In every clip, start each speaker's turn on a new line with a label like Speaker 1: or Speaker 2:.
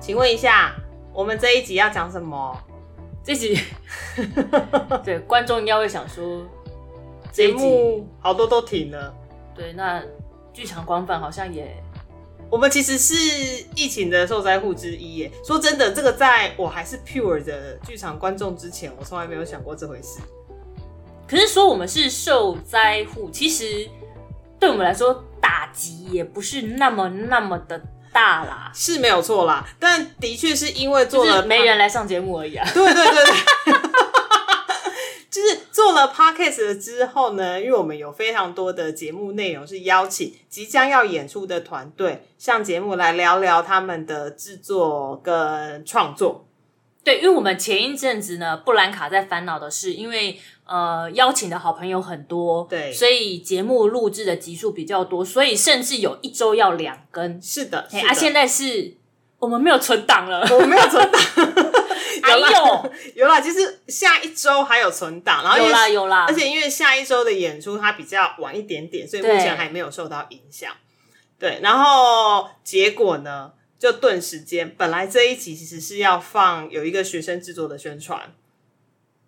Speaker 1: 请问一下，我们这一集要讲什么？
Speaker 2: 这集对观众应该会想说，这
Speaker 1: 节
Speaker 2: 一集
Speaker 1: 目好多都停了。
Speaker 2: 对那剧场广泛好像也
Speaker 1: 我们其实是疫情的受灾户之一耶。说真的，这个在我还是 pure 的剧场观众之前，我从来没有想过这回事。
Speaker 2: 可是说我们是受灾户，其实对我们来说打击也不是那么那么的大啦，
Speaker 1: 是没有错啦，但的确是因为做
Speaker 2: 就
Speaker 1: 了
Speaker 2: 是没人来上节目而已啊。
Speaker 1: 对对对对，就是做了 podcast 了之后呢，因为我们有非常多的节目内容是邀请即将要演出的团队上节目来聊聊他们的制作跟创作。
Speaker 2: 对，因为我们前一阵子呢，布兰卡在烦恼的是，因为呃邀请的好朋友很多，
Speaker 1: 对
Speaker 2: 所以节目录制的集数比较多，所以甚至有一周要两更。
Speaker 1: 是的，是
Speaker 2: 哎、
Speaker 1: 的
Speaker 2: 啊，现在是我们没有存档了，
Speaker 1: 我没有存 档，
Speaker 2: 还
Speaker 1: 有啦
Speaker 2: 有
Speaker 1: 有啦，其实下一周还有存档，然后因
Speaker 2: 有
Speaker 1: 为
Speaker 2: 啦有啦，
Speaker 1: 而且因为下一周的演出它比较晚一点点，所以目
Speaker 2: 对
Speaker 1: 前还没有受到影响。对，然后结果呢，就顿时间，本来这一集其实是要放有一个学生制作的宣传，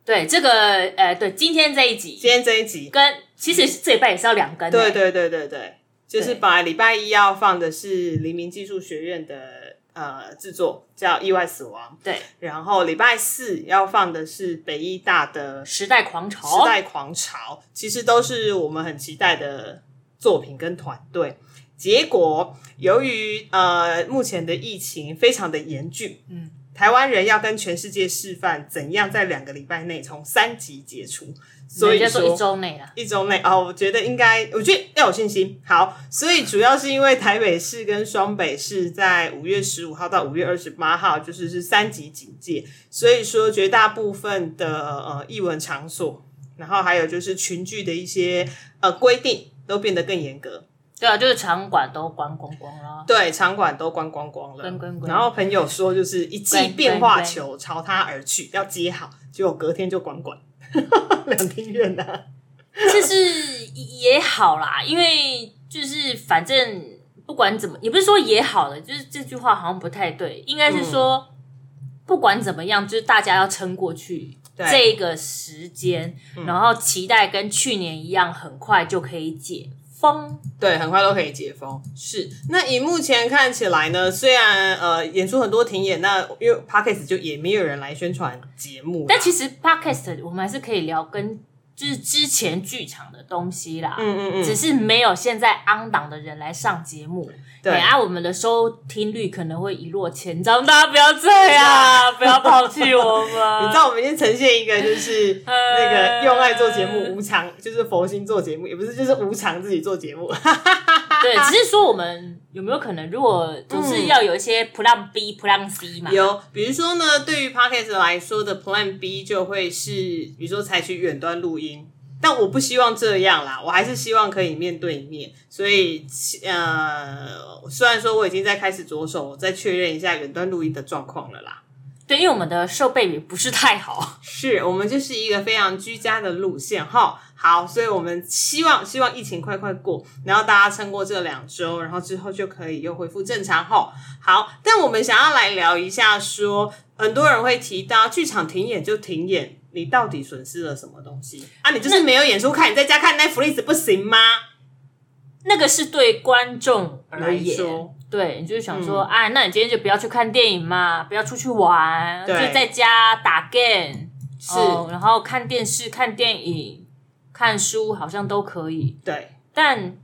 Speaker 2: 对这个呃，对今天这一
Speaker 1: 今
Speaker 2: 集
Speaker 1: 天这一集，
Speaker 2: 跟其实这礼拜也是要两更的，
Speaker 1: 对对对对对，就是
Speaker 2: 对
Speaker 1: 本来礼拜一要放的是黎明技术学院的呃制作，叫《意外死亡》，
Speaker 2: 对，
Speaker 1: 然后礼拜四要放的是北医大的《
Speaker 2: 时代狂潮，
Speaker 1: 时代狂潮，其实都是我们很期待的作品跟团队。结果由于呃目前的疫情非常的严峻，
Speaker 2: 嗯，
Speaker 1: 台湾人要跟全世界示范怎样在两个礼拜内从三级解除，所以
Speaker 2: 人家说一
Speaker 1: 说。
Speaker 2: 周内啦，
Speaker 1: 一周内哦，我觉得应该，我觉得要有信心。好，所以主要是因为台北市跟双北市在五月十五号到五月二十八号，就是是三级警戒，所以说绝大部分的呃艺文场所，然后还有就是群聚的一些呃规定都变得更严格，
Speaker 2: 对啊，就是场馆都关光光了，
Speaker 1: 对，场馆都关光光了。
Speaker 2: 关关关
Speaker 1: 然后朋友说，就是一记
Speaker 2: 关
Speaker 1: 变化球朝他而去，要接好，结果隔天就关 馆，两厅院呐、啊。
Speaker 2: 这是也好啦，因为就是反正不管怎么，也不是说也好了，就是这句话好像不太对，应该是说、不管怎么样，就是大家要撑过去。
Speaker 1: 对
Speaker 2: 这个时间，然后期待跟去年一样，很快就可以解封。
Speaker 1: 对，很快都可以解封。是，那以目前看起来呢，虽然呃演出很多停演，那因为 podcast 就也没有人来宣传节目啦，
Speaker 2: 但其
Speaker 1: 实
Speaker 2: 实 podcast 我们还是可以聊跟就是之前剧场的东西啦，
Speaker 1: 嗯嗯嗯，
Speaker 2: 只是没有现在 on 档的人来上节目。
Speaker 1: 对
Speaker 2: 哎啊，我们的收听率可能会一落千丈，大家不要这样，不要抛弃我们。
Speaker 1: 啊 你知道我们已经呈现一个就是
Speaker 2: 呃
Speaker 1: 那个用爱做节目，无偿就是佛心做节目，也不是就是无偿自己做节目。
Speaker 2: 对，只是说我们有没有可能，如果就是要有一些 plan B、plan C 嘛？
Speaker 1: 嗯有，哦比如说呢，对于 podcast 来说的 Plan B 就会是，比如说采取远端录音，但我不希望这样啦，我还是希望可以面对面。所以，呃，虽然说我已经在开始着手，我再确认一下远端录音的状况了啦。
Speaker 2: 对，因为我们的设备也不是太好。
Speaker 1: 是我们就是一个非常居家的路线哈。好，所以我们希望希望疫情快快过，然后大家撑过这两周，然后之后就可以又恢复正常哈。好，但我们想要来聊一下说，很多人会提到剧场停演就停演，你到底损失了什么东西啊？你就是没有演出看，你在家看 Netflix 不行吗？
Speaker 2: 那个是对观众而
Speaker 1: 来
Speaker 2: 言，
Speaker 1: 说，嗯
Speaker 2: 对，你就是想说，哎、那你今天就不要去看电影嘛，不要出去玩，就
Speaker 1: 对
Speaker 2: 在家打 game，
Speaker 1: 是、
Speaker 2: 哦然后看电视、看电影、看书，好像都可以。
Speaker 1: 对。
Speaker 2: 但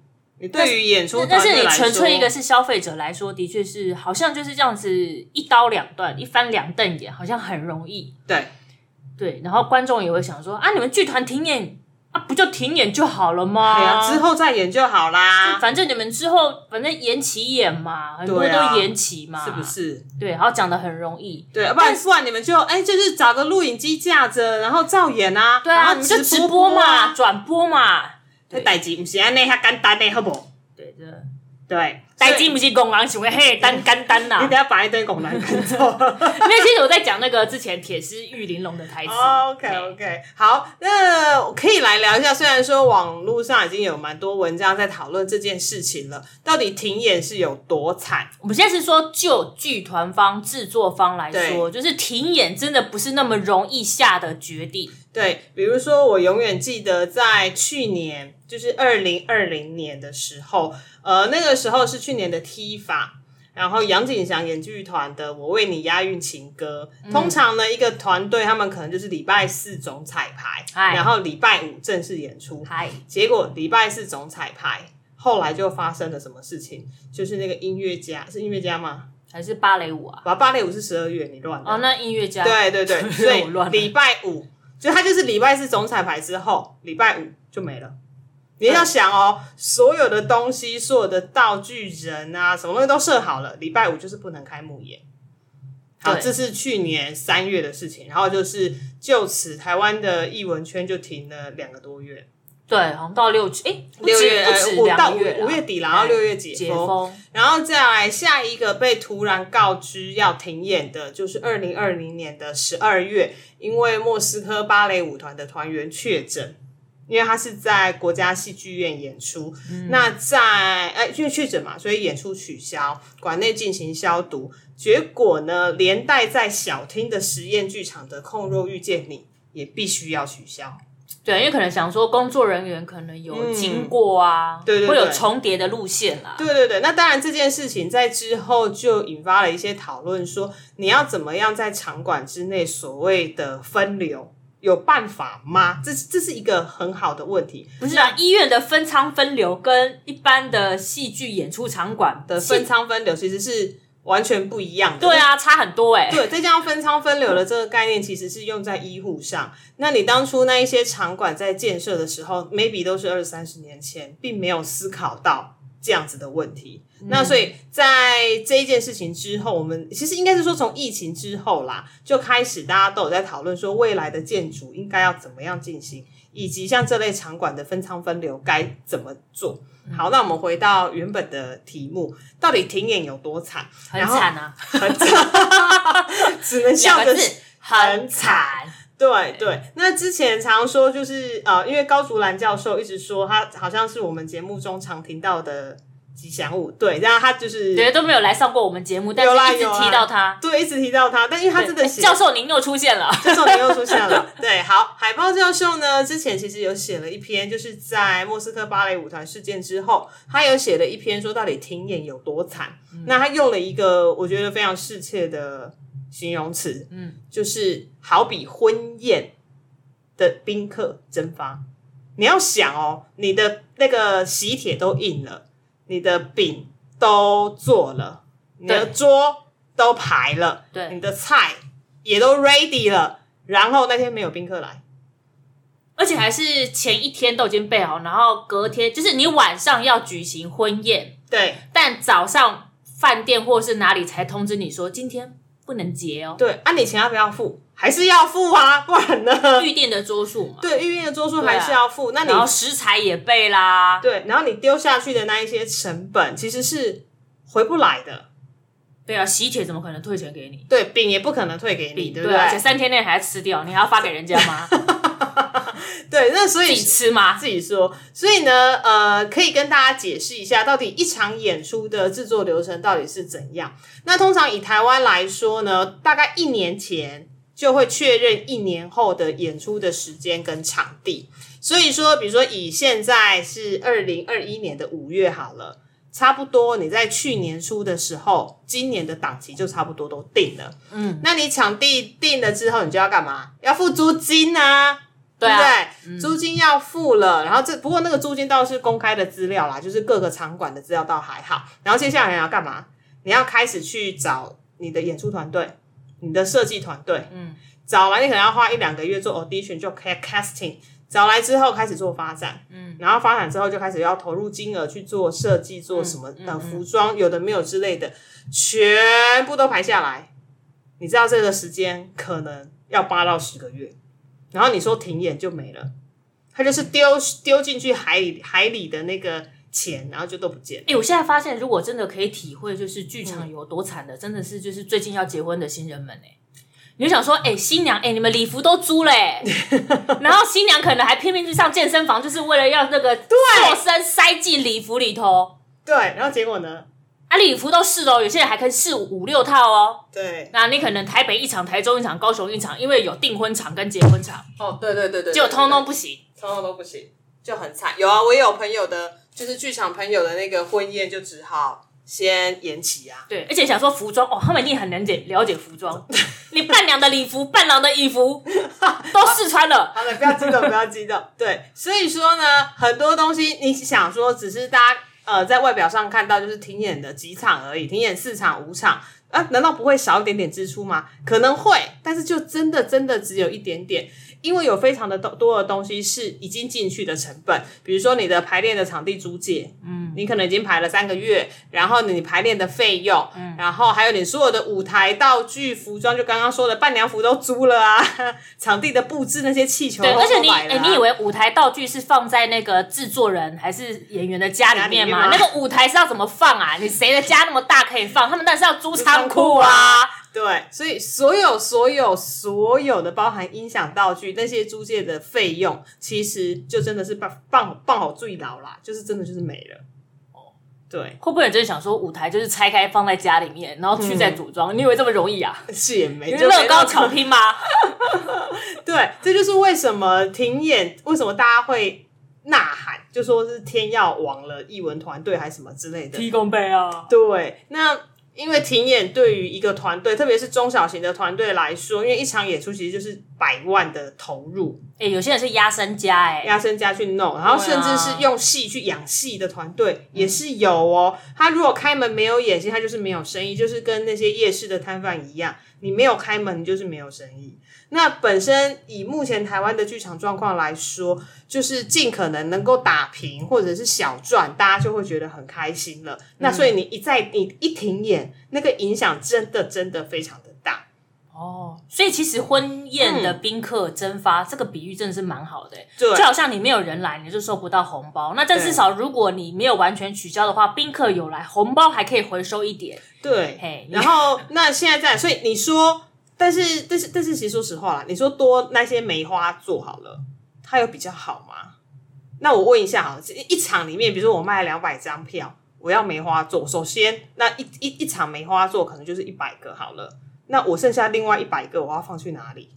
Speaker 1: 你对于演出团
Speaker 2: 但是
Speaker 1: 队
Speaker 2: 你
Speaker 1: 来说，
Speaker 2: 纯粹一个是消费者来说，的确是好像就是这样子一刀两断、一翻两瞪眼，好像很容易。
Speaker 1: 对
Speaker 2: 对，然后观众也会想说，啊，你们剧团停演啊，不就停演就好了吗？
Speaker 1: 对啊，之后再演就好啦
Speaker 2: 就，啊反正你们之后反正延期演嘛，很多
Speaker 1: 对啊
Speaker 2: 都延期嘛，
Speaker 1: 是不？是？
Speaker 2: 对，然后讲的很容易，
Speaker 1: 对，啊要不然不然你们就哎、就是找个录影机架着，然后照演啊，
Speaker 2: 对
Speaker 1: 然
Speaker 2: 啊，
Speaker 1: 后
Speaker 2: 你
Speaker 1: 你
Speaker 2: 就
Speaker 1: 们播啊
Speaker 2: 直播嘛，，转播嘛，
Speaker 1: 这代志不是安尼遐简单嘞，好不好？
Speaker 2: 对的。
Speaker 1: 对，
Speaker 2: 代
Speaker 1: 所以
Speaker 2: 金不是啊公狼行为，嘿，单干 单呐、
Speaker 1: 你等下把一堆拱男赶 走。
Speaker 2: 那其实我在讲那个之前铁狮玉玲珑的台词。
Speaker 1: 哦 OK OK，好，那我可以来聊一下。虽然说网络上已经有蛮多文章在讨论这件事情了，到底停演是有多惨？
Speaker 2: 我们现在是说，就剧团方、制作方来说，就是停演真的不是那么容易下的决定。
Speaker 1: 对，比如说我永远记得在去年，就是二零二零年的时候，呃，那个时候是去年的踢法。然后杨景祥演剧团的《我为你押韵情歌》，
Speaker 2: 嗯
Speaker 1: 通常呢一个团队他们可能就是礼拜四总彩排，
Speaker 2: 嗨
Speaker 1: 然后礼拜五正式演出。
Speaker 2: 嗨，
Speaker 1: 结果礼拜四总彩排，后来就发生了什么事情？就是那个音乐家是音乐家吗？
Speaker 2: 还是芭蕾舞啊？
Speaker 1: 把芭蕾舞是十二月，你乱了。
Speaker 2: 哦，那音乐家
Speaker 1: 对对 对，所以
Speaker 2: 我乱了
Speaker 1: 礼拜五就他就是礼拜四总彩排之后，礼拜五就没了。你要想哦，所有的东西、所有的道具、人啊，什么东西都设好了，礼拜五就是不能开幕演。好，
Speaker 2: 对
Speaker 1: 这是去年三月的事情，然后就是就此台湾的艺文圈就停了两个多月，
Speaker 2: 对，好像到六哎、不止
Speaker 1: 六月
Speaker 2: 不
Speaker 1: 呃
Speaker 2: 止
Speaker 1: 五
Speaker 2: 两
Speaker 1: 到
Speaker 2: 个
Speaker 1: 五
Speaker 2: 月啦啊
Speaker 1: 五月底啦，然后六月
Speaker 2: 解
Speaker 1: 解封，
Speaker 2: 封，
Speaker 1: 然后再来下一个被突然告知要停演的，就是二零二零年的十二月，因为莫斯科芭蕾舞团的团员确诊，因为他是在国家戏剧院演出，那在呃因为确诊嘛，所以演出取消，馆内进行消毒，结果呢，连带在小厅的实验剧场的《空若遇见你》也必须要取消。
Speaker 2: 对，因为可能想说工作人员可能有经过啊，
Speaker 1: 嗯对对对
Speaker 2: 会有重叠的路线啊啦。
Speaker 1: 对对对，那当然这件事情在之后就引发了一些讨论，说你要怎么样在场馆之内所谓的分流，有办法吗？这是这是一个很好的问题
Speaker 2: 不是啊，医院的分仓分流跟一般的戏剧演出场馆
Speaker 1: 的分仓分流其实是完全不一样的。
Speaker 2: 对啊，差很多哎、
Speaker 1: 对，再加上分仓分流的这个概念，其实是用在医护上。那你当初那一些场馆在建设的时候，maybe 都是二三十年前，并没有思考到这样子的问题。
Speaker 2: 嗯
Speaker 1: 那所以在这一件事情之后，我们其实应该是说从疫情之后啦，就开始大家都有在讨论说未来的建筑应该要怎么样进行，以及像这类场馆的分仓分流该怎么做。
Speaker 2: 嗯
Speaker 1: 好，那我们回到原本的题目，到底停演有多惨？
Speaker 2: 很惨啊，
Speaker 1: 很惨， 只能笑
Speaker 2: 两
Speaker 1: 着
Speaker 2: 个
Speaker 1: 去
Speaker 2: 字。很惨。
Speaker 1: 对对，那之前常说就是呃，因为高竹兰教授一直说他好像是我们节目中常听到的吉祥物，对，然后他就是
Speaker 2: 对，都没有来上过我们节目，但是
Speaker 1: 有啦
Speaker 2: 一直
Speaker 1: 有啦
Speaker 2: 提到他。
Speaker 1: 对一直提到他，但因为他真的
Speaker 2: 对
Speaker 1: 写
Speaker 2: 教授您又出现了，
Speaker 1: 教授你又出现了。对，好，海豹教授呢，之前其实有写了一篇，就是在莫斯科芭蕾舞团事件之后，他有写了一篇说到底停演有多惨。
Speaker 2: 嗯
Speaker 1: 那他用了一个我觉得非常适切的形容词，
Speaker 2: 嗯，
Speaker 1: 就是好比婚宴的宾客蒸发。你要想哦，你的那个喜帖都印了，你的饼都做了，你的
Speaker 2: 对
Speaker 1: 桌都排了，
Speaker 2: 对
Speaker 1: 你的菜也都 ready 了，然后那天没有宾客来，
Speaker 2: 而且还是前一天都已经备好，然后隔天就是你晚上要举行婚宴，
Speaker 1: 对
Speaker 2: 但早上饭店或是哪里才通知你说今天不能结哦，
Speaker 1: 对，啊，你钱要不要付？还是要付啊， 不然呢？
Speaker 2: 预定的桌数嘛，
Speaker 1: 对，预约的桌数还是要付，那你
Speaker 2: 啊然后食材也备啦，
Speaker 1: 对，然后你丢下去的那一些成本其实是回不来的，
Speaker 2: 对啊，喜帖怎么可能退钱给你？
Speaker 1: 对，饼也不可能退给你，对不
Speaker 2: 对啊，而且三天内还要吃掉，你还要发给人家 吗？
Speaker 1: 对，那所
Speaker 2: 自
Speaker 1: 以
Speaker 2: 己吃吗？
Speaker 1: 自己说。所以呢，呃，可以跟大家解释一下，到底一场演出的制作流程到底是怎样。那通常以台湾来说呢，大概一年前就会确认一年后的演出的时间跟场地。所以说，比如说以现在是二零二一年的五月好了。差不多，你在去年初的时候，今年的档期就差不多都定了。
Speaker 2: 嗯，
Speaker 1: 那你场地定了之后，你就要干嘛？要付租金啊，
Speaker 2: 对
Speaker 1: 不
Speaker 2: 啊，
Speaker 1: 对？租金要付了，然后这不过那个租金倒是公开的资料啦，就是各个场馆的资料倒还好。然后接下来你要干嘛？你要开始去找你的演出团队、你的设计团队，
Speaker 2: 嗯，
Speaker 1: 找完你可能要花一两个月做 audition，就 ca- casting。找来之后开始做发展，
Speaker 2: 嗯，
Speaker 1: 然后发展之后就开始要投入金额去做设计，做什么
Speaker 2: 嗯
Speaker 1: 的
Speaker 2: 嗯
Speaker 1: 服装，有的没有之类的，全部都排下来。你知道这个时间可能要八到十个月，然后你说停演就没了，它就是丢丢进去海里海里的那个钱，然后就都不见了。
Speaker 2: 哎、我现在发现，如果真的可以体会，就是剧场有多惨的，真的是就是最近要结婚的新人们哎、你就想说，哎、新娘，哎、你们礼服都租了、 欸，然后新娘可能还偏偏去上健身房，就是为了要那个瘦身塞进礼服里头。
Speaker 1: 对，然后结果呢？
Speaker 2: 啊，礼服都试了哦，有些人还可以试五六套哦。
Speaker 1: 对，
Speaker 2: 那你可能台北一场、台中一场、高雄一场，因为有订婚场跟结婚场，
Speaker 3: 哦，对对对对，
Speaker 2: 结果通通不行。
Speaker 1: 通通都不行。
Speaker 3: 就很惨。有啊，我也有朋友的，就是剧场朋友的那个婚宴，就只好
Speaker 1: 先延期啊，
Speaker 2: 对，而且想说服装哦，他们一定很了解了解 服装。你伴娘的礼服、伴郎的衣服都试穿了，
Speaker 1: 好了，不要激动，不要激动。对，所以说呢，很多东西你想说，只是大家呃在外表上看到就是停演的几场而已，停演四场五场啊，难道不会少一点点支出吗？可能会，但是就真的真的只有一点点。因为有非常的多多的东西是已经进去的成本，比如说你的排练的场地租借，嗯，你可能已经排了三个月，
Speaker 2: 嗯
Speaker 1: 然后你排练的费用，嗯，然后还有你所有的舞台道具、服装，就刚刚说的伴娘服都租了啊， 场地的布置那些气球
Speaker 2: 对，
Speaker 1: 都
Speaker 2: 而且
Speaker 1: 都
Speaker 2: 你
Speaker 1: 买了
Speaker 2: 哎、
Speaker 1: 啊、
Speaker 2: 你以为舞台道具是放在那个制作人还是演员的家里面吗？
Speaker 1: 家里面吗
Speaker 2: 那个舞台是要怎么放啊？你谁的家那么大可以放？他们当然是要租仓库
Speaker 1: 租
Speaker 2: 啊
Speaker 1: 仓。对，所以所有所有所有的包含音响道具那些租借的费用，其实就真的是办办办好最牢啦，就是真的就是没了。对，
Speaker 2: 会不会有真的想说舞台就是拆开放在家里面，然后去再组装？你以为这么容易啊？
Speaker 1: 是也没
Speaker 2: 你是
Speaker 1: 就没
Speaker 2: 乐高
Speaker 1: 到
Speaker 2: 巧拼吗？
Speaker 1: 对，这就是为什么停演，为什么大家会呐喊，就说是天要亡了，艺文团队还是什么之类的。
Speaker 2: 供杯啊！
Speaker 1: 对，那因为停演对于一个团队，特别是中小型的团队来说，因为一场演出其实就是百万的投入，
Speaker 2: 哎、有些人是压身家哎、
Speaker 1: 压身家去弄，然后
Speaker 2: 对
Speaker 1: 甚
Speaker 2: 啊
Speaker 1: 至是用戏去养戏的团队也是有哦。他如果开门没有演戏，他就是没有生意，就是跟那些夜市的摊贩一样，你没有开门，你就是没有生意。那本身以目前台湾的剧场状况来说，就是尽可能能够打平或者是小赚，大家就会觉得很开心了。那所以你一再你一停演，那个影响真的真的非常的大。
Speaker 2: 哦，所以其实婚宴的宾客蒸发、这个比喻真的是蛮好的欸、
Speaker 1: 嗯对
Speaker 2: 就好像你没有人来，你就收不到红包。那但
Speaker 1: 对
Speaker 2: 至少如果你没有完全取消的话，宾客有来，红包还可以回收一点。
Speaker 1: 对，
Speaker 2: 嘿，
Speaker 1: 然 后那现在在，所以你说，但是但是但是，其实说实话啦，你说多那些梅花做好了，它有比较好吗？那我问一下好了，一场里面，比如说我卖两百张票，我要梅花座，首先那一一一场梅花座可能就是一百个好了，那我剩下另外一百个我要放去哪里？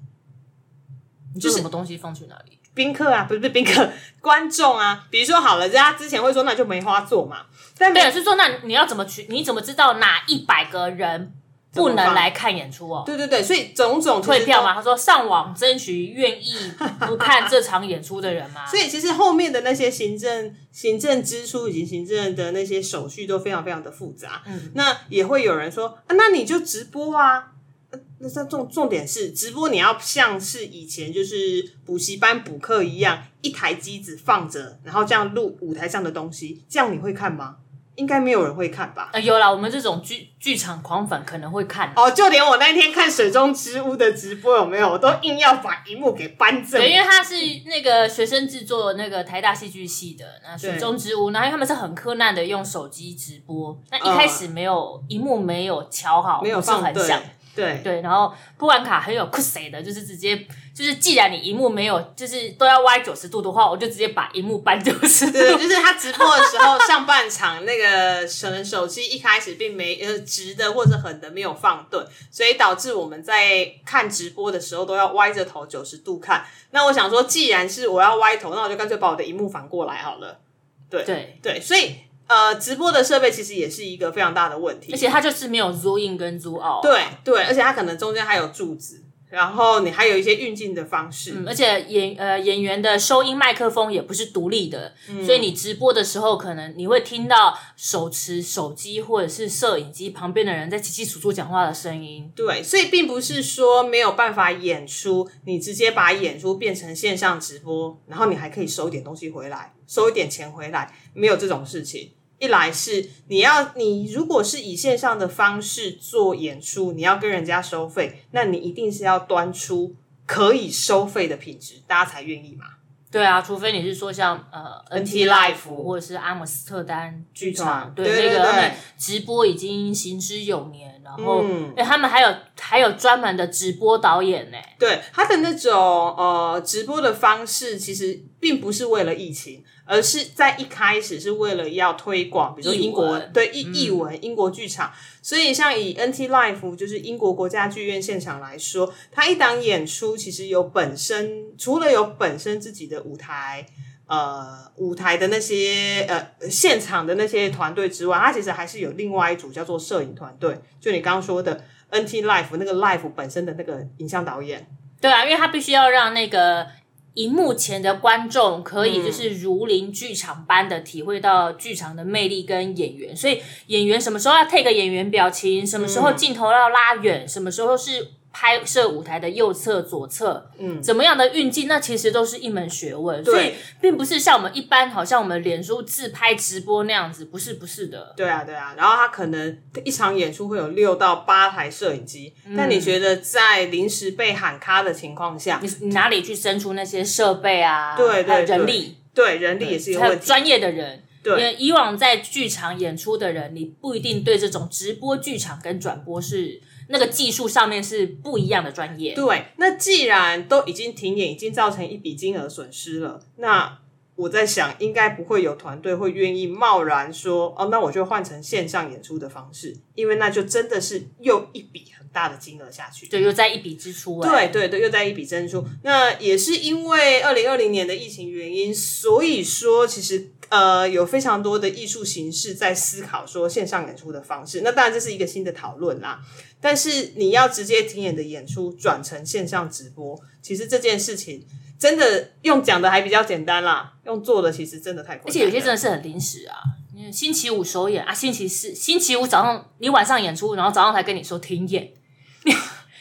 Speaker 2: 你
Speaker 1: 就
Speaker 2: 就是什么东西放去哪里？
Speaker 1: 宾客啊，不是不是宾客，观众啊，比如说好了，人家之前会说那就梅花座嘛，但
Speaker 2: 对，啊
Speaker 1: 梅
Speaker 2: 是说那你要怎么取？你怎么知道哪一百个人不能来看演出哦？
Speaker 1: 对对对，所以种种其实
Speaker 2: 退票
Speaker 1: 都
Speaker 2: 吗？他说上网争取愿意不看这场演出的人吗？
Speaker 1: 所以其实后面的那些行政、行政支出以及行政的那些手续都非常非常的复杂。
Speaker 2: 嗯，
Speaker 1: 那也会有人说，啊、那你就直播啊。呃那那重重点是，直播你要像是以前就是补习班补课一样，一台机子放着，然后这样录舞台上的东西，这样你会看吗？应该没有人会看吧。
Speaker 2: 呃，有啦，我们这种剧剧场狂粉可能会看啊
Speaker 1: 哦，就连我那天看水中之屋的直播有没有，我都硬要把荧幕给搬正。
Speaker 2: 对，因为他是那个学生制作那个台大戏剧系的，那水中之屋，然后因为他们是很柯难的用手机直播，那一开始没有荧、幕没有调好，
Speaker 1: 没有
Speaker 2: 不是
Speaker 1: 放
Speaker 2: 很
Speaker 1: 对
Speaker 2: 像，
Speaker 1: 对
Speaker 2: 对，然后布兰卡很有酷谁的，就是直接就是既然你荧幕没有，就是都要歪九十度的话，我就直接把荧幕搬九十度，
Speaker 1: 对，就是他直播的时候，上半场那个可能手机一开始并没呃直的或者狠的没有放对，所以导致我们在看直播的时候都要歪着头九十度看。那我想说，既然是我要歪头，那我就干脆把我的荧幕反过来好了。
Speaker 2: 对，
Speaker 1: 对，所以呃，直播的设备其实也是一个非常大的问题
Speaker 2: 而。且他就是没有 zoom in 跟 zoom out，
Speaker 1: 对对，而且它可能中间还有柱子。然后你还有一些运镜的方式，
Speaker 2: 嗯而且演呃演员的收音麦克风也不是独立的，
Speaker 1: 嗯
Speaker 2: 所以你直播的时候，可能你会听到手持手机或者是摄影机旁边的人在稀稀疏疏讲话的声音。
Speaker 1: 对，所以并不是说没有办法演出，你直接把演出变成线上直播，然后你还可以收一点东西回来，收一点钱回来，没有这种事情。一来是你要，你如果是以线上的方式做演出，你要跟人家收费，那你一定是要端出可以收费的品质，大家才愿意嘛。
Speaker 2: 对啊，除非你是说像呃
Speaker 1: NT Live
Speaker 2: 或者是阿姆斯特丹剧
Speaker 1: 场
Speaker 2: 场，对
Speaker 1: 对对
Speaker 2: 那个
Speaker 1: 对
Speaker 2: 他们直播已经行之有年，然后、
Speaker 1: 嗯
Speaker 2: 哎他们还有还有专门的直播导演呢、
Speaker 1: 对他的那种呃直播的方式，其实并不是为了疫情，而是在一开始是为了要推广，比如说
Speaker 2: 译
Speaker 1: 英国
Speaker 2: 文嗯
Speaker 1: 对译译文、英国剧场。所以像以 NT Life 就是英国国家剧院现场来说，它一档演出其实有本身除了有本身自己的舞台。呃，舞台的那些呃，现场的那些团队之外，它其实还是有另外一组叫做摄影团队，就你刚刚说的 NT Life 那个 Life 本身的那个影像导演，
Speaker 2: 对啊，因为他必须要让那个荧幕前的观众可
Speaker 1: 嗯
Speaker 2: 以就是如临剧场般的体会到剧场的魅力跟演员，所以演员什么时候要 take 演员表情，什么时候
Speaker 1: 嗯
Speaker 2: 镜头要拉远，什么时候是拍摄舞台的右侧、左侧，
Speaker 1: 嗯
Speaker 2: 怎么样的运镜，那其实都是一门学问，
Speaker 1: 对
Speaker 2: 所以并不是像我们一般，好像我们脸书自拍直播那样子，不是不是的，
Speaker 1: 对啊，对啊，然后他可能一场演出会有六到八台摄影机，
Speaker 2: 嗯
Speaker 1: 但你觉得在临时被喊卡的情况下，
Speaker 2: 你你哪里去生出那些设备啊，
Speaker 1: 对
Speaker 2: 还
Speaker 1: 对
Speaker 2: 有人
Speaker 1: 对
Speaker 2: 力。
Speaker 1: 对人力也是一个
Speaker 2: 还有
Speaker 1: 问题。
Speaker 2: 专业的人。
Speaker 1: 对
Speaker 2: 因为以往在剧场演出的人，你不一定对这种直播剧场跟转播是那个技术上面是不一样的专业。
Speaker 1: 对，那既然都已经停演，已经造成一笔金额损失了，那我在想，应该不会有团队会愿意贸然说，哦，那我就换成线上演出的方式，因为那就真的是又一笔很大的金额下去。
Speaker 2: 对，又在一笔支出、欸。
Speaker 1: 对对对，又在一笔增出。那也是因为二零二零年的疫情原因，所以说其实呃有非常多的艺术形式在思考说线上演出的方式。那当然这是一个新的讨论啦。但是你要直接停演的演出转成线上直播，其实这件事情真的用讲的还比较简单啦，用做的其实真的太困难了。
Speaker 2: 而且有些真的是很临时啊，因为星期五首演啊，星期四、星期五早上你晚上演出，然后早上才跟你说停演，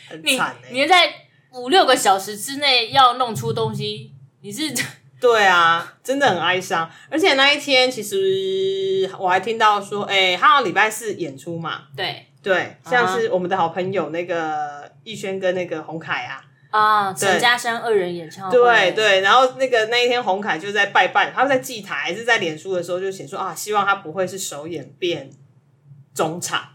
Speaker 1: 很
Speaker 2: 你
Speaker 1: 惨哎、
Speaker 2: 你在五六个小时之内要弄出东西，你是
Speaker 1: 对啊，真的很哀伤。而且那一天其实我还听到说，哎、他好像礼拜四演出嘛。
Speaker 2: 对
Speaker 1: 对，像
Speaker 2: 啊
Speaker 1: 是我们的好朋友那个逸轩跟那个洪凯啊，
Speaker 2: 啊，
Speaker 1: 对
Speaker 2: 陈嘉生二人演唱会，
Speaker 1: 对对，然后那个那一天洪凯就在拜拜，他在祭台还是在脸书的时候就写说啊，希望他不会是首演变中场，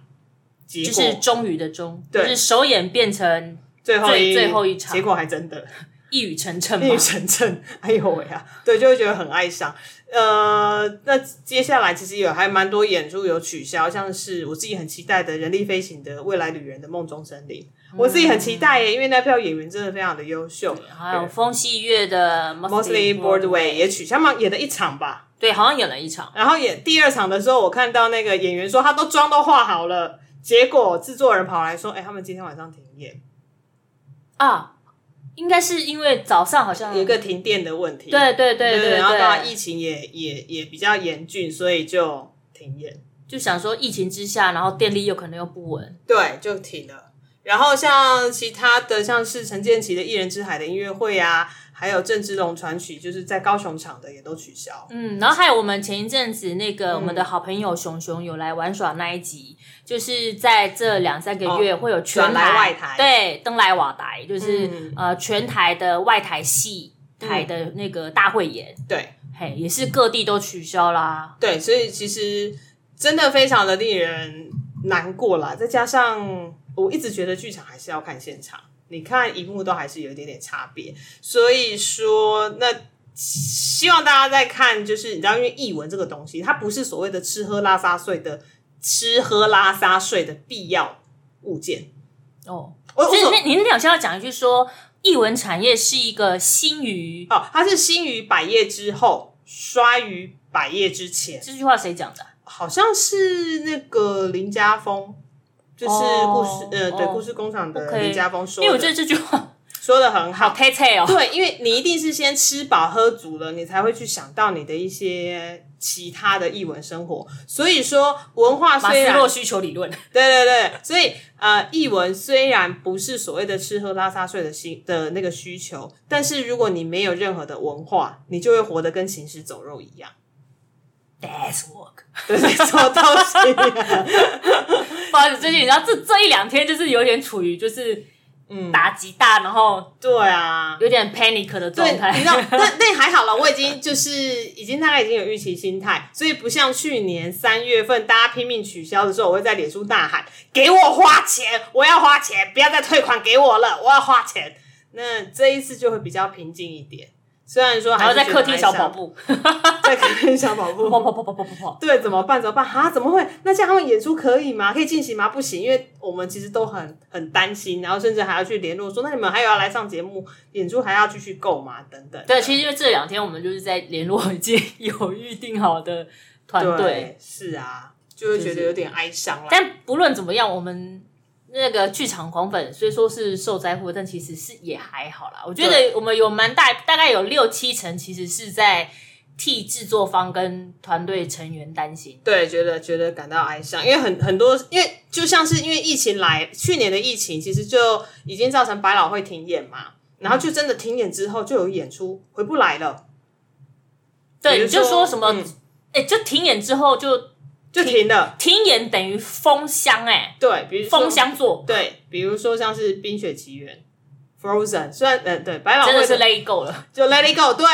Speaker 1: 结
Speaker 2: 就
Speaker 1: 果
Speaker 2: 是终于的终，
Speaker 1: 对
Speaker 2: 就是首演变成
Speaker 1: 最后一
Speaker 2: 最最后一场
Speaker 1: 结果还真的
Speaker 2: 一语成谶
Speaker 1: 一语
Speaker 2: 嘛。
Speaker 1: 成谶， 哎呦喂啊，对，就会觉得很哀伤。呃，那接下来其实有还蛮多演出有取消，像是我自己很期待的《人力飞行》的《未来旅人》的《梦中森林》，
Speaker 2: 嗯
Speaker 1: 我自己很期待耶，因为那票演员真的非常的优秀。
Speaker 2: 还有嗯风细月的
Speaker 1: Mostly Broadway 也
Speaker 2: 也
Speaker 1: 取消嘛，演了一场吧。
Speaker 2: 对，好像演了一场。
Speaker 1: 然后演第二场的时候，我看到那个演员说他都妆都化好了，结果制作人跑来说：“哎、他们今天晚上停演，
Speaker 2: 啊，应该是因为早上好像
Speaker 1: 有一个停电的问题。”
Speaker 2: 对对对
Speaker 1: 对
Speaker 2: 对，
Speaker 1: 然后当然
Speaker 2: 对
Speaker 1: 疫情也也也比较严峻，所以就停演。
Speaker 2: 就想说疫情之下，然后电力又可能又不稳，
Speaker 1: 对，就停了。然后像其他的，像是陈建奇的《一人之海》的音乐会啊，还有郑芝龙传奇，就是在高雄场的也都取消。
Speaker 2: 嗯，然后还有我们前一阵子那
Speaker 1: 嗯
Speaker 2: 个我们的好朋友熊熊有来玩耍那一集，就是在这两三个月会有全
Speaker 1: 哦转来
Speaker 2: 台
Speaker 1: 外台
Speaker 2: 对登来瓦台，就是、
Speaker 1: 嗯
Speaker 2: 呃全台的外台戏台的那个大会演，
Speaker 1: 对，
Speaker 2: 嘿，也是各地都取消啦。
Speaker 1: 对，所以其实真的非常的令人难过啦。再加上我一直觉得剧场还是要看现场，你看荧幕都还是有一点点差别。所以说，那希望大家在看，就是你知道，因为译文这个东西，它不是所谓的吃喝拉撒睡的吃喝拉撒睡的必要物件。
Speaker 2: 哦，
Speaker 1: 我我
Speaker 2: 所以
Speaker 1: 所
Speaker 2: 那您两下要讲一句说，艺文产业是一个新于
Speaker 1: 哦，它是兴于百业之后，衰于百业之前。
Speaker 2: 这句话谁讲的啊、
Speaker 1: 好像是那个林家峰，就是故事、
Speaker 2: 哦
Speaker 1: 呃，对，
Speaker 2: 哦
Speaker 1: 故事工厂的
Speaker 2: OK
Speaker 1: 林家峰说
Speaker 2: 因
Speaker 1: 的。
Speaker 2: 为我觉得这句话
Speaker 1: 说的很
Speaker 2: 好
Speaker 1: 好。
Speaker 2: 配菜哦。
Speaker 1: 对，因为你一定是先吃饱喝足了，你才会去想到你的一些其他的译文生活。所以说，文化
Speaker 2: 马
Speaker 1: 虽
Speaker 2: 斯
Speaker 1: 然
Speaker 2: 洛需求理论，
Speaker 1: 啊对对对，所以呃，译文虽然不是所谓的吃喝拉撒睡的心的那个需求，但是如果你没有任何的文化，你就会活得跟行尸走肉一样。
Speaker 2: That's work。
Speaker 1: 对，什么东西？
Speaker 2: 不好意思，最近你知道这这一两天就是有点处于就是
Speaker 1: 嗯，
Speaker 2: 打击大，然后
Speaker 1: 对啊，
Speaker 2: 有点 panic 的状
Speaker 1: 对，你知道，
Speaker 2: 态。
Speaker 1: 但但还好了，我已经就是已经大概已经有预期心态，所以不像去年三月份大家拼命取消的时候，我会在脸书呐喊：“给我花钱，我要花钱，不要再退款给我了，我要花钱。”那这一次就会比较平静一点，虽然说还
Speaker 2: 然后
Speaker 1: 是
Speaker 2: 在
Speaker 1: 觉得
Speaker 2: 客厅
Speaker 1: 哀
Speaker 2: 小
Speaker 1: 伤
Speaker 2: 跑，步，
Speaker 1: 在客厅小跑
Speaker 2: 跑
Speaker 1: 步。
Speaker 2: 跑跑跑跑跑跑。
Speaker 1: 对，怎么办？怎么办？哈，怎么会？那这样他们演出可以吗？可以进行吗？不行，因为我们其实都很很担心，然后甚至还要去联络说，那你们还有要来上节目，演出还要继续购吗？等等。
Speaker 2: 对，其实因为这两天我们就是在联络已经 有预定好的团队，
Speaker 1: 对，是啊，就会觉得有点哀伤啦。
Speaker 2: 但不论怎么样，我们那个剧场狂粉虽说是受灾户，但其实是也还好啦。我觉得
Speaker 1: 对
Speaker 2: 我们有蛮大，大概有六七成其实是在替制作方跟团队成员担心。
Speaker 1: 对，觉得觉得感到哀伤，因为很很多，因为就像是因为疫情来，去年的疫情其实就已经造成百老汇停演嘛，然后
Speaker 2: 嗯
Speaker 1: 就真的停演之后就有演出回不来了，比
Speaker 2: 对，
Speaker 1: 如
Speaker 2: 你就说什么，哎、
Speaker 1: 嗯
Speaker 2: 就停演之后就
Speaker 1: 就停了。
Speaker 2: 停演等于封箱、
Speaker 1: 对，比
Speaker 2: 哎，
Speaker 1: 如说
Speaker 2: 封，箱做，
Speaker 1: 对，比如说像是《冰雪奇缘》Frozen，虽然呃对，百老汇
Speaker 2: 真的是
Speaker 1: 的
Speaker 2: let it go 了。
Speaker 1: 就 Let It Go，对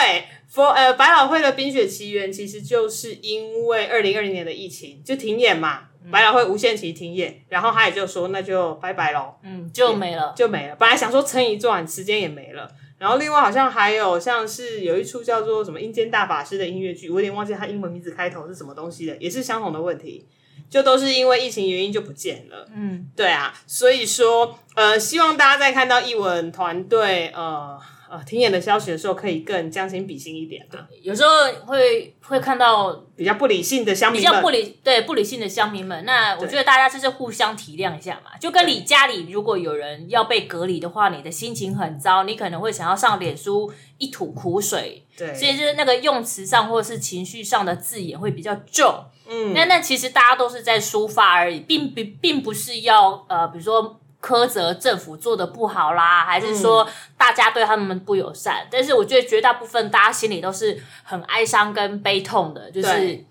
Speaker 1: ，For 呃百老汇的《冰雪奇缘》其实就是因为二零二零年的疫情就停演嘛，百老汇无限期停演，然后他也就说那就拜拜喽，
Speaker 2: 嗯，就没了。
Speaker 1: 就没了。本来想说撑一段时间也没了，然后另外好像还有像是有一出叫做什么《阴间大法师》的音乐剧，我有点忘记它英文名字开头是什么东西了，也是相同的问题，就都是因为疫情原因就不见了。
Speaker 2: 嗯，
Speaker 1: 对啊，所以说，呃，希望大家在看到译文团队呃呃停演的消息的时候，可以更将心比心一点啊，
Speaker 2: 有时候会会看到
Speaker 1: 比较不理性的乡
Speaker 2: 比
Speaker 1: 民
Speaker 2: 较
Speaker 1: 们
Speaker 2: 不理对不理性的乡民们，那我
Speaker 1: 对
Speaker 2: 觉得大家就是互相体谅一下嘛。就跟你家里如果有人要被隔离的话，你的心情很糟，你可能会想要上脸书一吐苦水，所以
Speaker 1: 对，
Speaker 2: 就是那个用词上或是情绪上的字眼会比较重。
Speaker 1: 嗯，
Speaker 2: 那那其实大家都是在抒发而已，并不并不是要呃，比如说苛责政府做的不好啦，还是
Speaker 1: 嗯
Speaker 2: 说大家对他们不友善。但是我觉得绝大部分大家心里都是很哀伤跟悲痛的，就是
Speaker 1: 对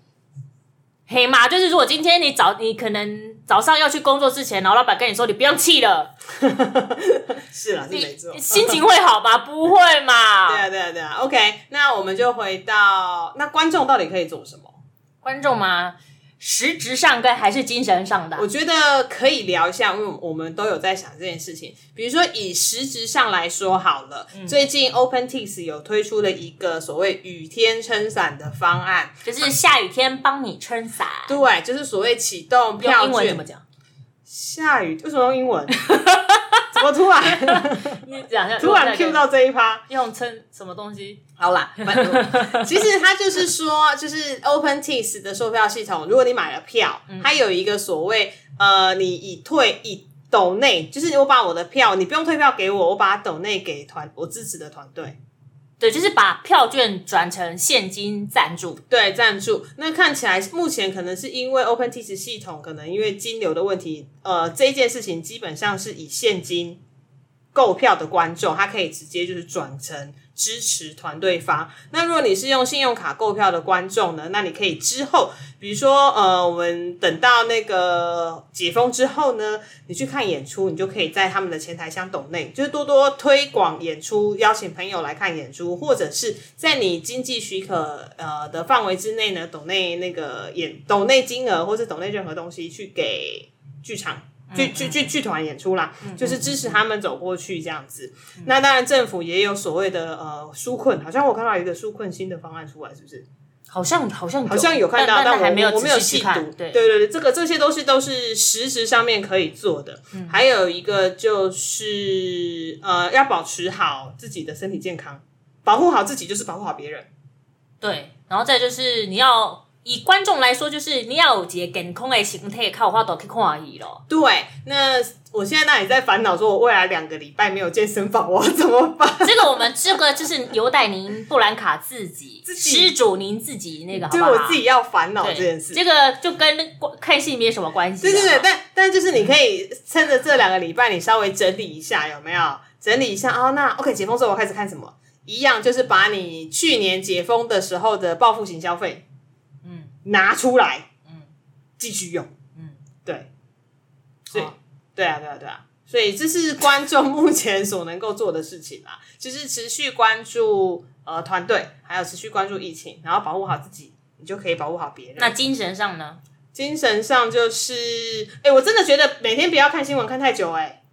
Speaker 2: 黑嘛，就是如果今天你早你可能早上要去工作之前，然后老板跟你说你不用气了，
Speaker 1: 是啦，是没
Speaker 2: 你
Speaker 1: 错。
Speaker 2: 心情会好吗？不会嘛。
Speaker 1: 对啊，对啊，对啊。OK，那我们就回到那观众到底可以做什么？
Speaker 2: 观众嘛，实质上跟还是精神上的啊、
Speaker 1: 我觉得可以聊一下，因为我们都有在想这件事情。比如说，以实质上来说好了，
Speaker 2: 嗯
Speaker 1: 最近 OpenTix 有推出了一个所谓“雨天撑伞”的方案，
Speaker 2: 就是下雨天帮你撑伞。
Speaker 1: 对，就是所谓启动
Speaker 2: 用
Speaker 1: 票
Speaker 2: 英文怎
Speaker 1: 券
Speaker 2: 么。讲？
Speaker 1: 下雨为什么用英 文？怎么突然
Speaker 2: 你讲一下，
Speaker 1: 突然 Q 到这一趴？
Speaker 2: 用称什么东西？
Speaker 1: 好啦，反其实它就是说，就是 OpenTix 的售票系统，如果你买了票，它有一个所谓呃，你以退以抖内，就是我把我的票，你不用退票给我，我把它抖内给团我支持的团队。
Speaker 2: 对，就是把票券转成现金赞助。
Speaker 1: 对赞助，那看起来目前可能是因为 OpenTix 系统，可能因为金流的问题，呃，这一件事情基本上是以现金购票的观众，他可以直接就是转成支持团队方。那如果你是用信用卡购票的观众呢，那你可以之后，比如说呃，我们等到那个解封之后呢，你去看演出，你就可以在他们的前台箱抖内，就是多多推广演出，邀请朋友来看演出，或者是在你经济许可呃的范围之内呢，抖内那个演抖内金额，或是抖内任何东西去给剧场。剧剧剧剧团演出啦，就是支持他们走过去这样子。那当然，政府也有所谓的呃纾困，好像我看到有一个纾困新的方案出来，是不是？
Speaker 2: 好像好像好
Speaker 1: 好像有看到，
Speaker 2: 但
Speaker 1: 但
Speaker 2: 还
Speaker 1: 我
Speaker 2: 没有
Speaker 1: 我没有
Speaker 2: 仔细
Speaker 1: 细
Speaker 2: 去
Speaker 1: 读
Speaker 2: 看。。对，
Speaker 1: 对对，这个这些都是都是实质上面可以做的。
Speaker 2: 嗯
Speaker 1: 还有一个就是呃，要保持好自己的身体健康，保护好自己就是保护好别人。
Speaker 2: 对，然后再就是你要以观众来说，就是你要有一个健康的心态，靠话都去看伊咯。
Speaker 1: 对，那我现在那里在烦恼，说我未来两个礼拜没有健身房，我要怎么办？
Speaker 2: 这个我们这个就是有待您布兰卡自己
Speaker 1: 自己
Speaker 2: 施主您自己那个好
Speaker 1: 就
Speaker 2: 不
Speaker 1: 是
Speaker 2: 好？
Speaker 1: 我自己要烦恼
Speaker 2: 对
Speaker 1: 这件事。
Speaker 2: 这个就跟那个看戏没什么关系
Speaker 1: 对
Speaker 2: 啊。
Speaker 1: 对对，但但就是你可以趁着这两个礼拜，你稍微整理一下，有没有？整理一下哦。那 OK，解封之后我开始看什么？一样就是把你去年解封的时候的报复型消费，
Speaker 2: 嗯，
Speaker 1: 拿出来，
Speaker 2: 嗯，
Speaker 1: 继续用，
Speaker 2: 嗯，哦
Speaker 1: 对，所以、
Speaker 2: 好
Speaker 1: 对啊，对啊，对啊，所以这是观众目前所能够做的事情啦，就是持续关注呃团队，还有持续关注疫情，然后保护好自己，你就可以保护好别人。
Speaker 2: 那精神上呢？
Speaker 1: 精神上就是，哎、我真的觉得每天不要看新闻看太久、哎，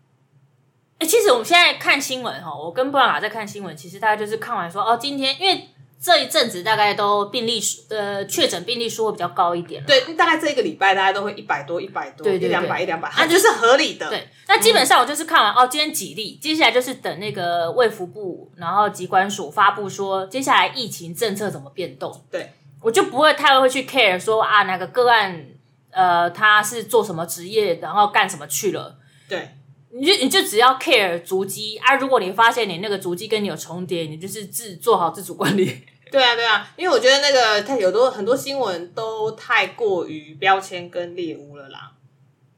Speaker 2: 哎、其实我们现在看新闻哈，我跟布朗卡在看新闻，其实大家就是看完说哦，今天因为这一阵子大概都病例数呃确诊病例数会比较高一点啦，
Speaker 1: 对，大概这一个礼拜大家都会一百多、一百多、
Speaker 2: 对对
Speaker 1: 一两
Speaker 2: 对
Speaker 1: 百、一两百，
Speaker 2: 啊
Speaker 1: 啊，就是合理的。
Speaker 2: 对，那基本上我就是看完、哦，今天几例，接下来就是等那个卫福部，然后疾管署发布说接下来疫情政策怎么变动。
Speaker 1: 对，
Speaker 2: 我就不会太会去 care 说啊哪个个案，呃，他是做什么职业，然后干什么去了。
Speaker 1: 对，
Speaker 2: 你就你就只要 care 足迹啊，如果你发现你那个足迹跟你有重叠，你就是自做好自主管理。
Speaker 1: 对啊，对啊，因为我觉得那个太有多很多新闻都太过于标签跟猎物了啦。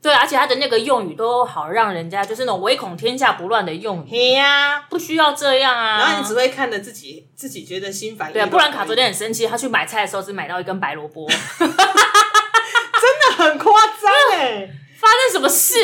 Speaker 2: 对，而且他的那个用语都好让人家就是那种唯恐天下不乱的用语，
Speaker 1: 嘿呀、
Speaker 2: 不需要这样啊。
Speaker 1: 然后你只会看着自己自己觉得心烦意
Speaker 2: 对啊，
Speaker 1: 乱。
Speaker 2: 布兰卡昨天很生气，他去买菜的时候只买到一根白萝卜，
Speaker 1: 很夸张哎，
Speaker 2: 发生什么事？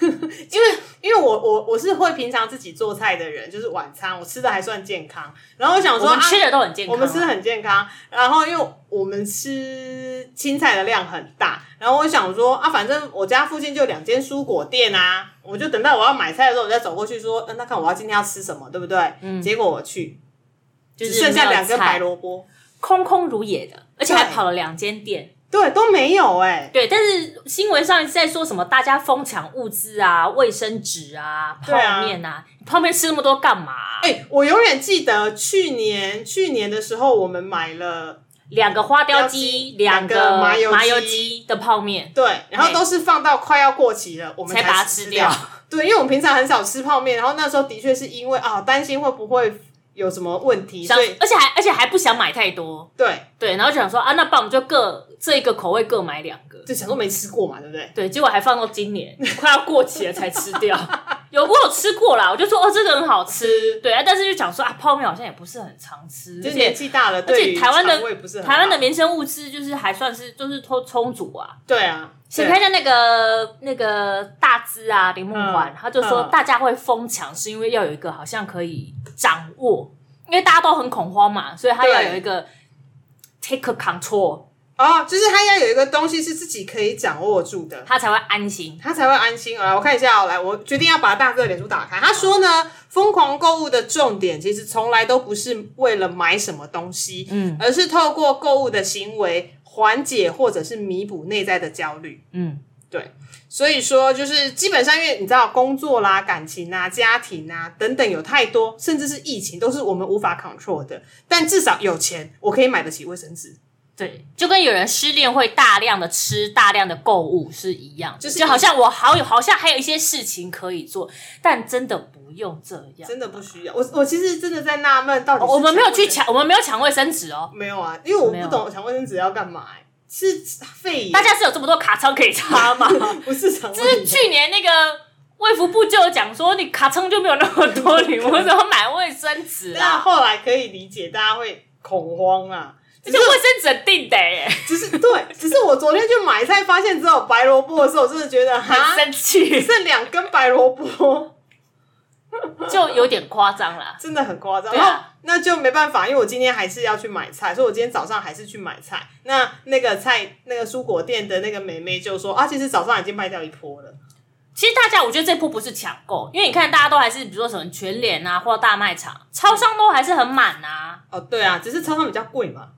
Speaker 1: 因为因为我我我是会平常自己做菜的人，就是晚餐我吃的还算健康，然后我想
Speaker 2: 我
Speaker 1: 说
Speaker 2: 们
Speaker 1: 啊
Speaker 2: 吃的都很健康、
Speaker 1: 我们吃的很健康，然后因为我们吃青菜的量很大，然后我想说啊，反正我家附近就两间蔬果店啊，我就等到我要买菜的时候，我再走过去说，嗯，那看我要今天要吃什么，对不对？嗯，结果我去
Speaker 2: 就
Speaker 1: 只
Speaker 2: 是
Speaker 1: 剩下
Speaker 2: 没有
Speaker 1: 两根
Speaker 2: 菜
Speaker 1: 白，萝卜，
Speaker 2: 空空如也的，而且还
Speaker 1: 对
Speaker 2: 跑了两间店。
Speaker 1: 对，都没有哎、
Speaker 2: 对，但是新闻上一直在说什么大家疯抢物资啊、卫生纸啊、泡
Speaker 1: 对啊
Speaker 2: 面啊，泡面吃那么多干嘛、
Speaker 1: 哎、我永远记得去年去年的时候，我们买了
Speaker 2: 两个花雕
Speaker 1: 雕
Speaker 2: 鸡
Speaker 1: 鸡、两
Speaker 2: 两
Speaker 1: 个麻油鸡
Speaker 2: 麻油鸡的泡面，
Speaker 1: 对，然后都是放到快要过期了，我们
Speaker 2: 才把它
Speaker 1: 吃
Speaker 2: 吃掉。
Speaker 1: 对，因为我们平常很少吃泡面，然后那时候的确是因为啊担心会不会有什么问题，
Speaker 2: 想
Speaker 1: 所以
Speaker 2: 而且还而且还不想买太多，
Speaker 1: 对
Speaker 2: 对，然后就想说啊，那不然我们就各这一个口味各买两个，
Speaker 1: 就想说没吃过嘛，对不对？
Speaker 2: 对，结果还放到今年，快要过期了才吃掉。 有我有吃过啦，我就说哦，这个很好吃，对啊，但是就讲说啊，泡面好像也不是很常吃，
Speaker 1: 就
Speaker 2: 而
Speaker 1: 是年
Speaker 2: 且
Speaker 1: 纪大了，
Speaker 2: 而
Speaker 1: 对
Speaker 2: 且
Speaker 1: 于
Speaker 2: 台湾的
Speaker 1: 肠胃不是很好
Speaker 2: 台湾的民生物资就是还算是就是充充足啊。
Speaker 1: 对啊，
Speaker 2: 请
Speaker 1: 对
Speaker 2: 看一下那个那个大资啊，林梦环
Speaker 1: 嗯，
Speaker 2: 他就说
Speaker 1: 嗯
Speaker 2: 大家会疯抢，是因为要有一个好像可以掌握，因为大家都很恐慌嘛，所以他要
Speaker 1: 对
Speaker 2: 有一个 take a control，
Speaker 1: 哦，就是他要有一个东西是自己可以掌握住的，
Speaker 2: 他才会安心。
Speaker 1: 他才会安心。来，我看一下哦，来，我决定要把大哥的脸书打开。他说呢，疯狂购物的重点其实从来都不是为了买什么东西，
Speaker 2: 嗯
Speaker 1: 而是透过购物的行为缓解或者是弥补内在的焦虑。
Speaker 2: 嗯，
Speaker 1: 所以说，就是基本上，因为你知道，工作啦、感情啊、家庭啊等等有太多，甚至是疫情，都是我们无法 control 的。但至少有钱，我可以买得起卫生纸。
Speaker 2: 对，就跟有人失恋会大量的吃、大量的购物是一样的，
Speaker 1: 就是
Speaker 2: 就好像我好有，好像还有一些事情可以做，但真的不用这样。
Speaker 1: 真的不需要。我我其实真的在纳闷，到底
Speaker 2: 哦
Speaker 1: 是
Speaker 2: 我们没有去
Speaker 1: 卫生
Speaker 2: 抢，我们没有抢卫生纸哦，
Speaker 1: 没有啊，因为我
Speaker 2: 没有
Speaker 1: 不懂抢卫生纸要干嘛、欸，是肺炎，
Speaker 2: 大家是有这么多卡仓可以插吗？
Speaker 1: 不是抢
Speaker 2: 这是
Speaker 1: 卫生纸。
Speaker 2: 去年那个卫福部就有讲说，你卡仓就没有那么多， 你为什么买卫生纸
Speaker 1: 那
Speaker 2: 啊？
Speaker 1: 后来可以理解大家会恐慌啊，
Speaker 2: 而且卫生纸很定的耶，
Speaker 1: 只是对，只是我昨天去买菜发现只有白萝卜的时候，我真的觉得哈
Speaker 2: 很，生气，
Speaker 1: 剩两根白萝卜。
Speaker 2: 就有点夸张啦。
Speaker 1: 真的很夸张。
Speaker 2: 对
Speaker 1: 然
Speaker 2: 啊
Speaker 1: 后那就没办法，因为我今天还是要去买菜，所以我今天早上还是去买菜。那那个菜，那个蔬果店的那个妹妹就说啊，其实早上已经卖掉一波了。
Speaker 2: 其实大家，我觉得这波不是抢购，因为你看大家都还是比如说什么全联啊，或大卖场、超商都还是很满啊。
Speaker 1: 哦，对啊，只是超商比较贵嘛。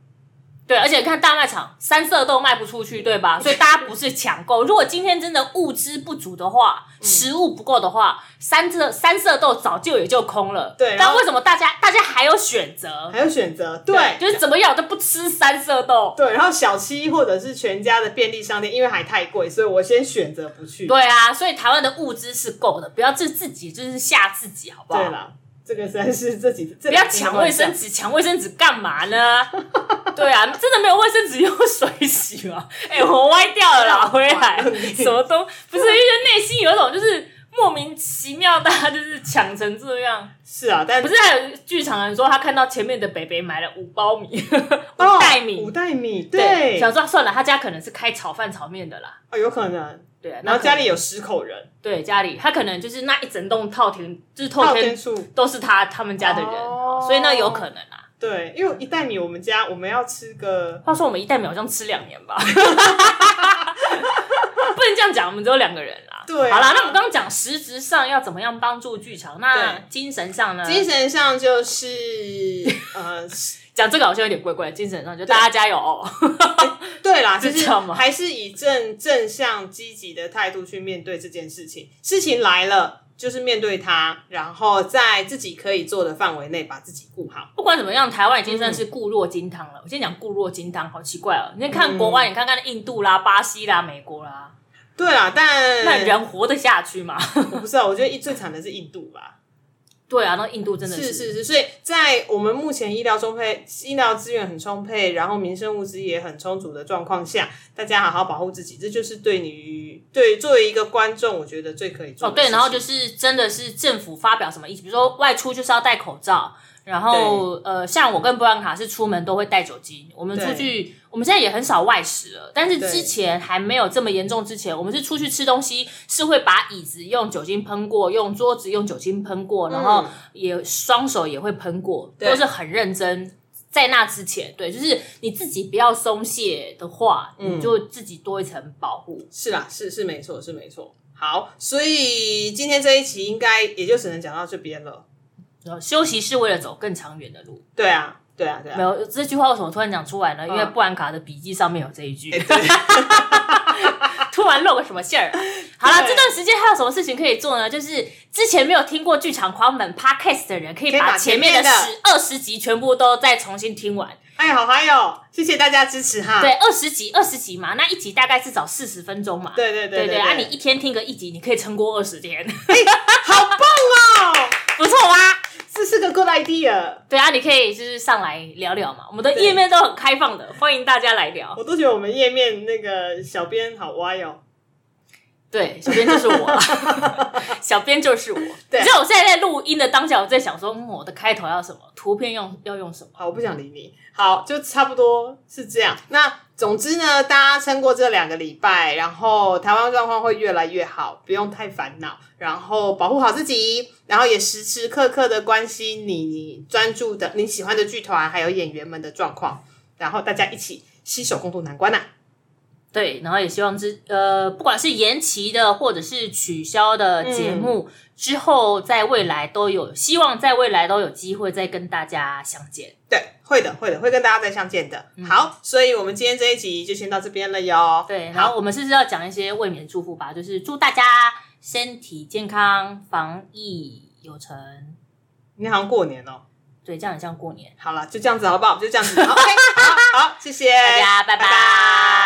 Speaker 2: 对，而且看大卖场三色豆卖不出去，对吧？所以大家不是抢购。如果今天真的物资不足的话，食物不够的话，三色三色豆早就也就空了。
Speaker 1: 对然
Speaker 2: 但
Speaker 1: 后
Speaker 2: 为什么大家大家还有选择？
Speaker 1: 还有选择，对
Speaker 2: 就是怎么样我都不吃三色豆。
Speaker 1: 对，然后小七或者是全家的便利商店，因为还太贵，所以我先选择不去。
Speaker 2: 对啊，所以台湾的物资是够的，不要自自己就是吓自己，好不好？
Speaker 1: 对啦，这个算是这几这
Speaker 2: 不
Speaker 1: 两
Speaker 2: 要
Speaker 1: 天
Speaker 2: 抢
Speaker 1: 乱
Speaker 2: 卫生
Speaker 1: 讲
Speaker 2: 纸，抢卫生纸干嘛呢？对啊，真的没有卫生纸用水洗吗？ 哎、我歪掉了啦，回来什么都不是，因为内心有一种就是莫名其妙，大家就是抢成这样。
Speaker 1: 是啊，但
Speaker 2: 不是还有剧场人说他看到前面的北北买了五包米、五
Speaker 1: 哦
Speaker 2: 袋米
Speaker 1: 五，袋米，
Speaker 2: 对，
Speaker 1: 对，
Speaker 2: 想说算了，他家可能是开炒饭炒面的啦。
Speaker 1: 哦，有可能。
Speaker 2: 对啊，那
Speaker 1: 然后
Speaker 2: 可能
Speaker 1: 家里有十口人，
Speaker 2: 对家里，他可能就是那一整栋套田，就是透
Speaker 1: 靠
Speaker 2: 天
Speaker 1: 天数，
Speaker 2: 都是他他们家的人，
Speaker 1: 哦
Speaker 2: 所以那有可能啊。
Speaker 1: 对，因为一袋米我们家我们要吃个，
Speaker 2: 话说我们一代米好像吃两年吧， 不能这样讲，我们只有两个人啦。
Speaker 1: 对啊
Speaker 2: 好啦，那我们刚刚讲实质上要怎么样帮助剧场，那
Speaker 1: 对
Speaker 2: 精神上呢？
Speaker 1: 精神上就是 呃，
Speaker 2: 讲这个好像有点怪怪，精神上就大家加油哦。
Speaker 1: 对啦，
Speaker 2: 是
Speaker 1: 就
Speaker 2: 这
Speaker 1: 是
Speaker 2: 样吗
Speaker 1: 还是以正正向积极的态度去面对这件事情。事情来了，就是面对它，然后在自己可以做的范围内把自己顾好。
Speaker 2: 不管怎么样，台湾已经算
Speaker 1: 嗯
Speaker 2: 是固若金汤了。我先讲固若金汤，好奇怪哦。你先看国
Speaker 1: 嗯
Speaker 2: 外，你看看印度啦、巴西啦、美国啦，
Speaker 1: 对啦，但
Speaker 2: 那人活得下去吗？
Speaker 1: 我不知道，我觉得一最惨的是印度吧。
Speaker 2: 对啊，那印度真的
Speaker 1: 是
Speaker 2: 是
Speaker 1: 是是，所以在我们目前医疗充沛、医疗资源很充沛，然后民生物资也很充足的状况下，大家好好保护自己，这就是对你对作为一个观众，我觉得最可以做
Speaker 2: 哦
Speaker 1: 的
Speaker 2: 对，
Speaker 1: 事
Speaker 2: 然后就
Speaker 1: 情
Speaker 2: 是真的是政府发表什么意思，比如说外出就是要戴口罩，然后呃，像我跟布兰卡是出门都会带酒精，我们出
Speaker 1: 对
Speaker 2: 去，我们现在也很少外食了，但是
Speaker 1: 对
Speaker 2: 之前还没有这么严重之前，我们是出去吃东西是会把椅子用酒精喷过，用桌子用酒精喷过，然后也双手也会喷
Speaker 1: 嗯
Speaker 2: 过，
Speaker 1: 对
Speaker 2: 都是很认真。在那之前，对，就是你自己不要松懈的话，
Speaker 1: 嗯
Speaker 2: 你就自己多一层保护。
Speaker 1: 是啦，是是没错，是没错。好，所以今天这一期应该也就只能讲到这边了。
Speaker 2: 然后呃休息是为了走更长远的路。
Speaker 1: 对啊，对啊，对
Speaker 2: 没
Speaker 1: 啊。
Speaker 2: 有这句话为什么突然讲出来呢？因为
Speaker 1: 嗯哎
Speaker 2: 布兰卡的笔记上面有这一句，
Speaker 1: 对
Speaker 2: 突然漏个什么馅儿。好了，
Speaker 1: 对
Speaker 2: 这段时间还有什么事情可以做呢？就是之前没有听过剧场狂本 podcast 的人，可以
Speaker 1: 可以
Speaker 2: 把
Speaker 1: 把前
Speaker 2: 前面的
Speaker 1: 面的
Speaker 2: 十二十集全部都再重新听完。
Speaker 1: 哎，好嗨哦！谢谢大家支持哈。
Speaker 2: 对，二十集，二十集嘛，那一集大概至少四十分钟嘛。
Speaker 1: 对对
Speaker 2: 对
Speaker 1: 对对，
Speaker 2: 啊，你一天听个一集，你可以撑过二十天，
Speaker 1: 好棒哦！
Speaker 2: 不错啊。
Speaker 1: 这是个 good idea，
Speaker 2: 对啊，你可以就是上来聊聊嘛，我们的
Speaker 1: 对
Speaker 2: 页面都很开放的，欢迎大家来聊。
Speaker 1: 我都觉得我们页面那个小编好歪哦。
Speaker 2: 对，小编就 是我，小编就是我。
Speaker 1: 对
Speaker 2: 你知道我现在在录音的当下，我在想说，嗯，我的开头要什么，图片用要用什么。
Speaker 1: 好，我不想理你。好，就差不多是这样。那总之呢，大家撑过这两个礼拜，然后台湾状况会越来越好，不用太烦恼。然后保护好自己，然后也时时刻刻的关心你专注的、你喜欢的剧团还有演员们的状况，然后大家一起携手共度难关呐、
Speaker 2: 对，然后也希望之呃，不管是延期的或者是取消的节
Speaker 1: 嗯
Speaker 2: 目，之后在未来都有，希望在未来都有机会再跟大家相见。
Speaker 1: 对，会的，会的，会跟大家再相见的。好，所以我们今天这一集就先到这边了哟。
Speaker 2: 对，然后
Speaker 1: 好，
Speaker 2: 我们是不是要讲一些未免祝福吧？就是祝大家身体健康，防疫有成。
Speaker 1: 你好像过年哦。
Speaker 2: 对，这样很像过年。
Speaker 1: 好了，就这样子好不好？就这样子。好 OK，好，好，谢谢
Speaker 2: 大家拜拜